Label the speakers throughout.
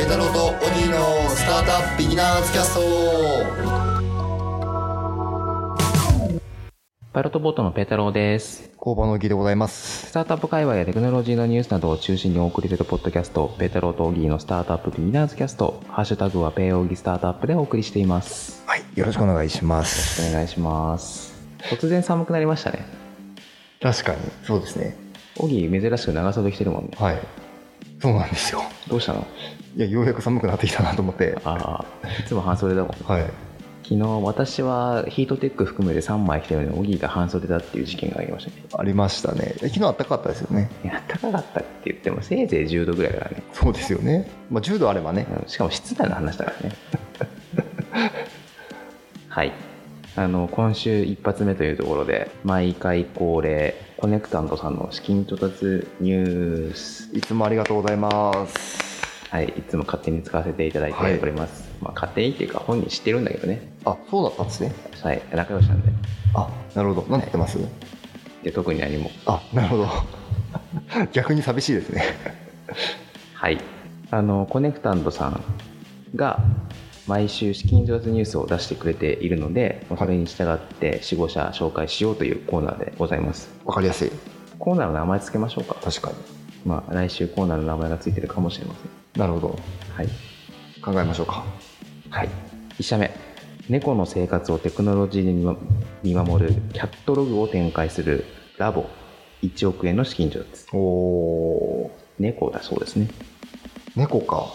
Speaker 1: イ太郎とオギーのスタートアップビギナーズキャスト
Speaker 2: パイロットボートのペータローです。
Speaker 1: 工場のオギーでございます
Speaker 2: スタートアップ界隈やテクノロジーのニュースなどを中心にお送りするポッドキャスト、ペータローとオギーのスタートアップビギナーズキャスト、ハッシュタグはペーオギスタートアップでお送りしています。
Speaker 1: はいよろしくお願いしま
Speaker 2: お
Speaker 1: す
Speaker 2: 願いします。突然寒くなりましたね。
Speaker 1: 確かにそうですね
Speaker 2: オギー珍しく長袖着てるもんね。
Speaker 1: はいそうなんですよ
Speaker 2: どうしたの
Speaker 1: いやようやく寒くなってきたなと思って
Speaker 2: ああ、いつも半袖だもん。
Speaker 1: はい
Speaker 2: 昨日私はヒートテック含めて3枚着てるのにオギーが半袖だっていう事件がありましたね。
Speaker 1: ありましたね昨日暖かかったですよね
Speaker 2: いや暖かかったって言ってもせいぜい10度ぐらいだからね。
Speaker 1: そうですよねまあ10度あればね
Speaker 2: うんしかも室内の話だからね はいあの今週一発目というところで毎回恒例コネクタントさんの資金調達ニュース
Speaker 1: いつもありがとうございます
Speaker 2: はいいつも勝手に使わせていただいて
Speaker 1: はい
Speaker 2: おります、まあ、勝手にっていうか本人知ってるんだけどね
Speaker 1: あそうだったんですね
Speaker 2: はい仲良しなんで
Speaker 1: あなるほど何て言ってます、
Speaker 2: で特に何も
Speaker 1: あなるほど 逆に寂しいですね
Speaker 2: はいあのコネクタントさんが毎週資金調達ニュースを出してくれているので、まあそれに従って死後者紹介しようというコーナーでございます
Speaker 1: わかりやすい
Speaker 2: コーナーの名前つけましょうか。
Speaker 1: 確かに
Speaker 2: まあ、来週コーナーの名前がついてるかもしれません。
Speaker 1: なるほど
Speaker 2: はい。
Speaker 1: 考えましょうか
Speaker 2: はい。1社目。猫の生活をテクノロジーで見ま見守るキャットログを展開するラボ。1億円の資金調達。
Speaker 1: おお
Speaker 2: 猫だそうですね。
Speaker 1: 猫か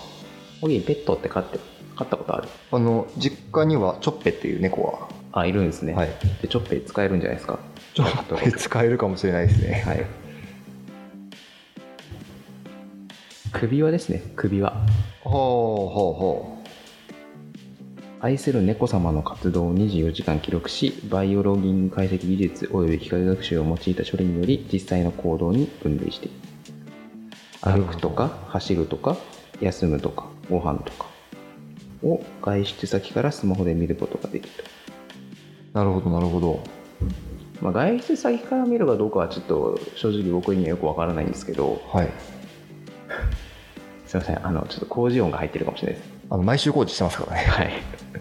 Speaker 2: おぎペットって飼って、飼ったことある
Speaker 1: あの実家にはチョッペっていう猫
Speaker 2: あ、いるんですね。
Speaker 1: が、はい、
Speaker 2: で、チョッペ使えるんじゃないですか。
Speaker 1: チョッペ使えるかもしれないですね
Speaker 2: はい。首輪ですね、首輪。
Speaker 1: ほうほうほ
Speaker 2: 愛する猫様の活動を24時間記録しバイオロギン解析技術及び機械学習を用いた処理により実際の行動に分類している
Speaker 1: なる
Speaker 2: 歩
Speaker 1: ほど
Speaker 2: くとか走るとか休むとかご飯とかを外出先からスマホで見ることができる
Speaker 1: うなるほどなるほど
Speaker 2: と、まあ、外出先から見るかどうかはちょっと正直僕にはよくわからないんですけど
Speaker 1: はい
Speaker 2: すいませんあのちょっと工事音が入ってるかもしれないです
Speaker 1: あの毎週工事してますからね
Speaker 2: はい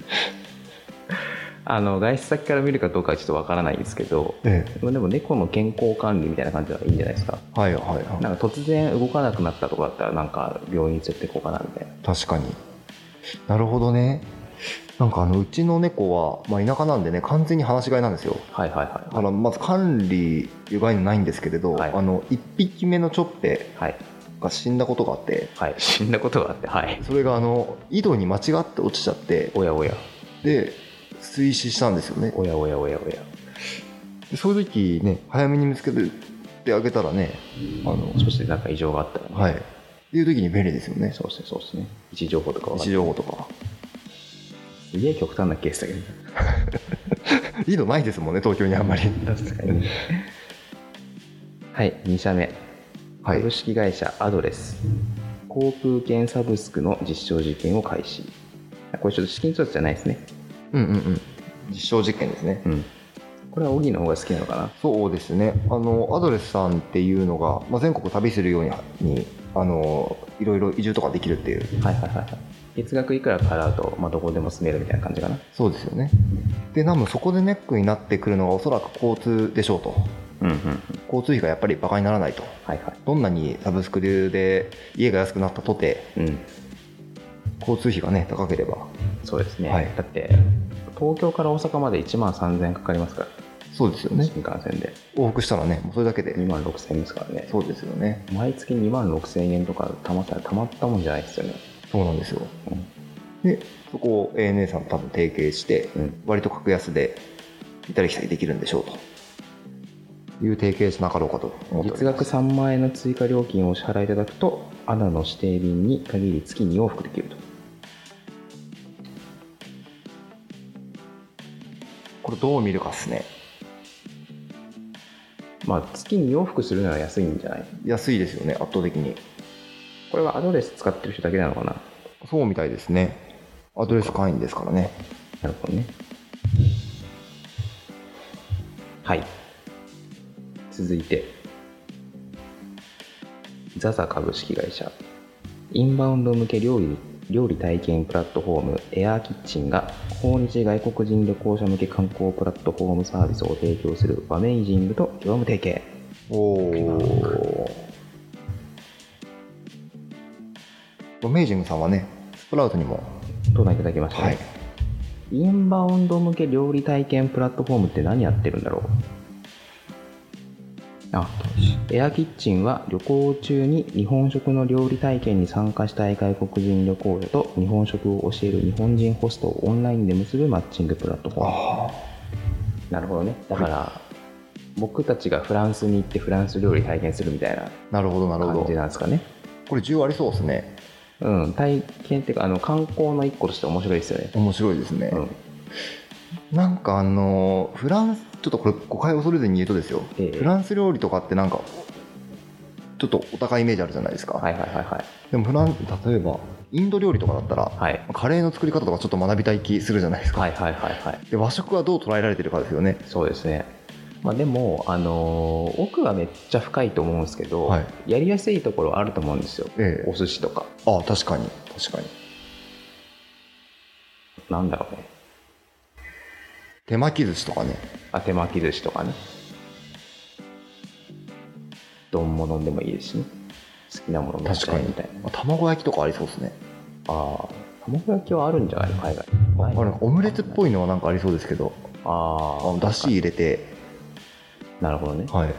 Speaker 2: あの外出先から見るかどうかはちょっとわからないんですけど
Speaker 1: え
Speaker 2: まあでも猫の健康管理みたいな感じはいいんじゃないですか。
Speaker 1: えはいはいは
Speaker 2: なんか突然動かなくなったとかだったら、なんか病院連れて行こうかなみたいな。
Speaker 1: い確かになるほどねなんかあのうちの猫は、まあ、田舎なんでね完全に放し飼いなんですよ
Speaker 2: はいはい
Speaker 1: だ
Speaker 2: はい。
Speaker 1: からまず管理いう概念ないんですけれど、
Speaker 2: はい
Speaker 1: あの1匹目のチョッペ
Speaker 2: はい。
Speaker 1: が死んだことがあって
Speaker 2: はい。死んだことがあって、はい。
Speaker 1: それがあの井戸に間違って落ちちゃって
Speaker 2: おやおや。
Speaker 1: で水死したんですよね
Speaker 2: おやおやおやおや。
Speaker 1: でそういう時ね早めに見つけてあげたらねあの
Speaker 2: そしてなんか異常があったらね、
Speaker 1: はいっていう時に便利ですよね
Speaker 2: そうですね、そうですね。位置情報とか
Speaker 1: 位
Speaker 2: は。
Speaker 1: 置情報とか
Speaker 2: すげえ極端なケースだけど。
Speaker 1: 井戸ないですもんね東京にあんまり
Speaker 2: 確かに。はい、2社目。
Speaker 1: はい
Speaker 2: 株式会社アドレス。航空券サブスクの実証実験を開始。これちょっと資金調達じゃないですね。
Speaker 1: うんうんうん実証実験ですね
Speaker 2: うん。これはオギの方が好きなのかな。
Speaker 1: そうですねあのアドレスさんっていうのが、まあ、全国旅するようにあのいろいろ移住とかできるっていう
Speaker 2: はいはいはいはい月額いくら払うと、まあ、どこでも住めるみたいな感じかな
Speaker 1: そうですよねで多分そこでネックになってくるのがおそらく交通でしょうと
Speaker 2: うんうんうん
Speaker 1: 交通費がやっぱりバカにならないと
Speaker 2: はいはい
Speaker 1: どんなにサブスクで家が安くなったとて
Speaker 2: うん
Speaker 1: 交通費がね高ければ
Speaker 2: そうですね、
Speaker 1: はい
Speaker 2: だって東京から大阪まで1万3000円かかりますから、
Speaker 1: そうですよね
Speaker 2: 新幹線で
Speaker 1: 往復したらねもうそれだけで
Speaker 2: 2万6000円ですからね
Speaker 1: そうですよね
Speaker 2: 毎月2万6000円とかたまったらたまったもんじゃないですよね
Speaker 1: そうなんですよ
Speaker 2: うん
Speaker 1: でそこを ANA さんと多分提携して
Speaker 2: うん
Speaker 1: 割と格安で行ったり来たりできるんでしょうという提携じゃなかろうかと思っており
Speaker 2: 月
Speaker 1: ます
Speaker 2: 額3万円の追加料金をお支払いいただくとアナの指定便に限り月2往復できると
Speaker 1: これどう見るかっすね
Speaker 2: まあ月2往復するなら安いんじゃない
Speaker 1: 安いですよね圧倒的に
Speaker 2: これはアドレス使ってる人だけなのかな
Speaker 1: そうみたいですねアドレス会員ですからね
Speaker 2: なるほどね。はい。続いて、ザザ株式会社。インバウンド向け料理料理体験プラットフォームエアーキッチンが訪日外国人旅行者向け観光プラットフォームサービスを提供するバメイジングと業務提携
Speaker 1: おおメイジングさんはねスプラウトにも
Speaker 2: と覧いただきましたね、
Speaker 1: はい
Speaker 2: インバウンド向け料理体験プラットフォームって何やってるんだろうあエアキッチンは旅行中に日本食の料理体験に参加したい外国人旅行者と日本食を教える日本人ホストをオンラインで結ぶマッチングプラットフォーム
Speaker 1: あ
Speaker 2: なるほどねだから、僕たちがフランスに行ってフランス料理体験するみたいな
Speaker 1: あなるほどなるほ
Speaker 2: 感じ
Speaker 1: ど
Speaker 2: なんですかね
Speaker 1: これ需要ありそうですね
Speaker 2: うん体験っていうかあの観光の一個として面白いですよね
Speaker 1: 面白いですね、
Speaker 2: うん
Speaker 1: なんかあのフランスちょっとこれ誤解を恐れずに言うとですよ、
Speaker 2: ええ
Speaker 1: フランス料理とかってなんかちょっとお高いイメージあるじゃないですか、
Speaker 2: はいはいはいはい
Speaker 1: でもフラン例えばインド料理とかだったら、
Speaker 2: はい
Speaker 1: カレーの作り方とかちょっと学びたい気するじゃないですか、
Speaker 2: はいはいはいはい
Speaker 1: で和食はどう捉えられてるかですよね
Speaker 2: そうですね、まあ、でも、あのー奥はめっちゃ深いと思うんですけど、
Speaker 1: はい
Speaker 2: やりやすいところあると思うんですよ
Speaker 1: ええ
Speaker 2: お寿司とか
Speaker 1: ああ確かに確かに
Speaker 2: なんだろうね
Speaker 1: 手巻き寿司とかね
Speaker 2: あ手巻き寿司とかね丼も飲んでもいいですしね好きなもの飲ん
Speaker 1: 確
Speaker 2: じゃ
Speaker 1: か
Speaker 2: え
Speaker 1: に
Speaker 2: みたいな
Speaker 1: あ卵焼きとかありそうですね
Speaker 2: ああ卵焼きはあるんじゃないの海外
Speaker 1: あ
Speaker 2: ない
Speaker 1: あれオムレツっぽいのはなんかありそうですけど
Speaker 2: あ
Speaker 1: あ
Speaker 2: ー
Speaker 1: だし入れて
Speaker 2: なるほどね、
Speaker 1: はい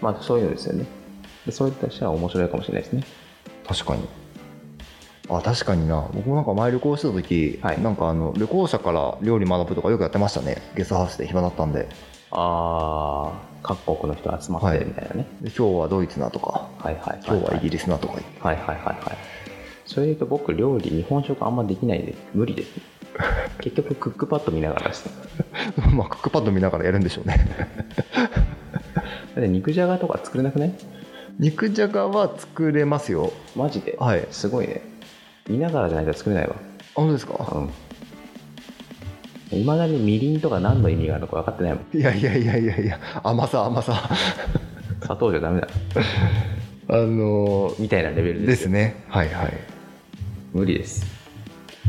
Speaker 2: まあ、そういうのですよねでそういった人は面白いかもしれないですね
Speaker 1: 確かにあ確かにな僕もなんか前旅行してた時、
Speaker 2: はい
Speaker 1: なんかあの旅行者から料理学ぶとかよくやってましたねゲストハウスで暇だったんで
Speaker 2: ああ各国の人集まってみたいなね、
Speaker 1: で今日はドイツなとか
Speaker 2: はい、はいはい
Speaker 1: 今日
Speaker 2: は
Speaker 1: はいイギリスなとか、
Speaker 2: はいはいはいはいそれで言うと僕料理日本食あんまできないんで無理 ですね結局クックパッド見ながらですね
Speaker 1: まあクックパッド見ながらやるんでしょうね
Speaker 2: だって肉じゃがとか作れなくない
Speaker 1: 肉じゃがは作れますよ
Speaker 2: マジで、
Speaker 1: はい
Speaker 2: すごいね見ながらじゃないと作れないわ
Speaker 1: あ本当ですか
Speaker 2: うんいまだにみりんとか何の意味があるのか分かってないもん
Speaker 1: いやいやいやいやいや甘さ甘さ
Speaker 2: 砂糖じゃダメだ
Speaker 1: あの
Speaker 2: みたいなレベル
Speaker 1: ー
Speaker 2: で
Speaker 1: ですす
Speaker 2: よ
Speaker 1: ねはいはい
Speaker 2: 無理です
Speaker 1: じ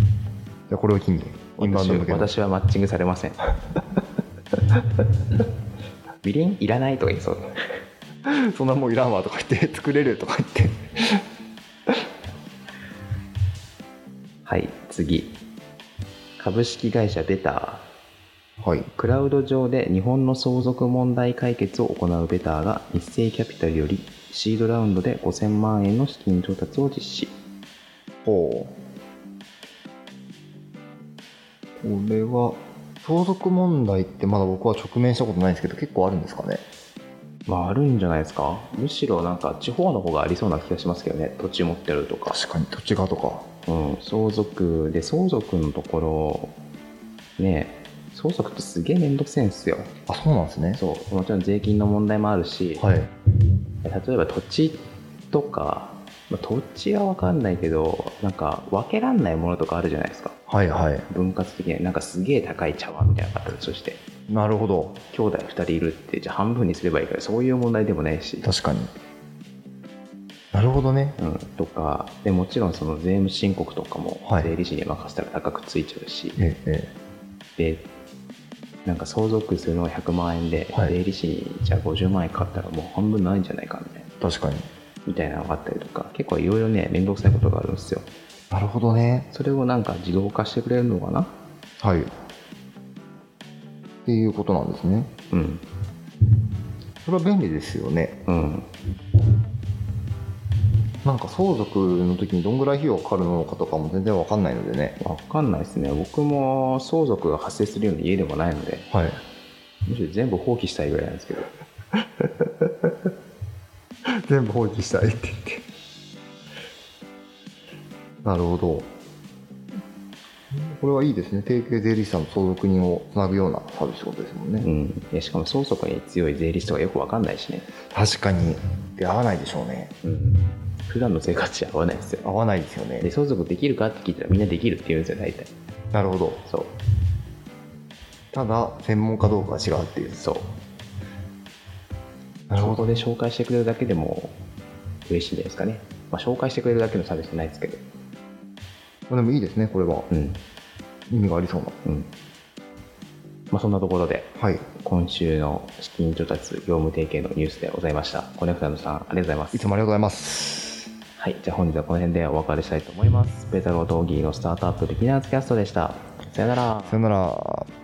Speaker 1: ゃあこれを機にインバウンド向けの
Speaker 2: 私は私はマッチングされませ んみりんいらないとか言いそう
Speaker 1: そんなもういらんわとか言って作れるとか言って
Speaker 2: はい次株式会社ベター
Speaker 1: はい
Speaker 2: クラウド上で日本の相続問題解決を行うベターが日清キャピタルよりシードラウンドで5000万円の資金調達を実施
Speaker 1: ほうこれは相続問題ってまだ僕は直面したことないんですけど結構あるんですかね
Speaker 2: まああるんじゃないですかむしろなんか地方の方がありそうな気がしますけどね土地持ってるとか、
Speaker 1: 確かに土地がとか
Speaker 2: うん、相続で相続のところね相続ってすげえめんどくせえんですよ
Speaker 1: あそうなんですね
Speaker 2: そうもちろん税金の問題もあるし、
Speaker 1: はい
Speaker 2: 例えば土地とか、まあ土地は分かんないけどなんか分けらんないものとかあるじゃないですか
Speaker 1: はいはい
Speaker 2: 分割的になんかすげえ高い茶碗みたいな形として
Speaker 1: なるほど
Speaker 2: 兄弟2人いるってじゃあ半分にすればいいからそういう問題でもないし、
Speaker 1: 確かになるほどね
Speaker 2: うん、とかでもちろんその税務申告とかも
Speaker 1: はい
Speaker 2: 税理士に任せたら高くついちゃうし、
Speaker 1: ええ
Speaker 2: でなんか相続するのが100万円で、
Speaker 1: はい
Speaker 2: 税理士にじゃあ50万円買ったらもう半分ないんじゃないかみたいな
Speaker 1: 確かに
Speaker 2: みたいなのがあったりとか結構いろいろね面倒くさいことがあるんですよ
Speaker 1: なるほどね
Speaker 2: それをなんか自動化してくれるのかな
Speaker 1: はいっていうことなんですね
Speaker 2: うん
Speaker 1: それは便利ですよね
Speaker 2: うん
Speaker 1: なんか相続の時にどんぐらい費用かかるのかとかも全然わかんないのでね
Speaker 2: わかんないですね僕も相続が発生するような家でもないので
Speaker 1: はい
Speaker 2: むしろ全部放棄したいぐらいなんですけど
Speaker 1: 全部放棄したいって言ってなるほどこれはいいですね提携税理士さんと相続人をつなぐようなサービスってことですもんね、
Speaker 2: うんいやしかも相続に強い税理士とかよくわかんないしね
Speaker 1: 確かにで合わないでしょうね
Speaker 2: うん普段の生活じゃ合わないですよ
Speaker 1: 合わないですよ
Speaker 2: で
Speaker 1: ね
Speaker 2: 相続できるかって聞いたらみんなできるって言うんですよ大体
Speaker 1: なるほど
Speaker 2: そう
Speaker 1: ただ専門かどうかは違うっていう
Speaker 2: そう
Speaker 1: なるほ
Speaker 2: そこ
Speaker 1: ど
Speaker 2: で紹介してくれるだけでも嬉しいんじゃないですかね、まあ、紹介してくれるだけのサービスじゃないですけど
Speaker 1: でもいいですね、これは。
Speaker 2: うん
Speaker 1: 意味がありそうな。
Speaker 2: うんまあ、そんなところで
Speaker 1: はい。
Speaker 2: 今週の資金調達業務提携のニュースでございましたコネクタンドさんありがとうございます
Speaker 1: いつもありがとうございます。
Speaker 2: はい、じゃあ本日はこの辺でお別れしたいと思います。ペータロー・ドーギーのスタートアップビギナーズキャストでした。さよなら。
Speaker 1: さよなら。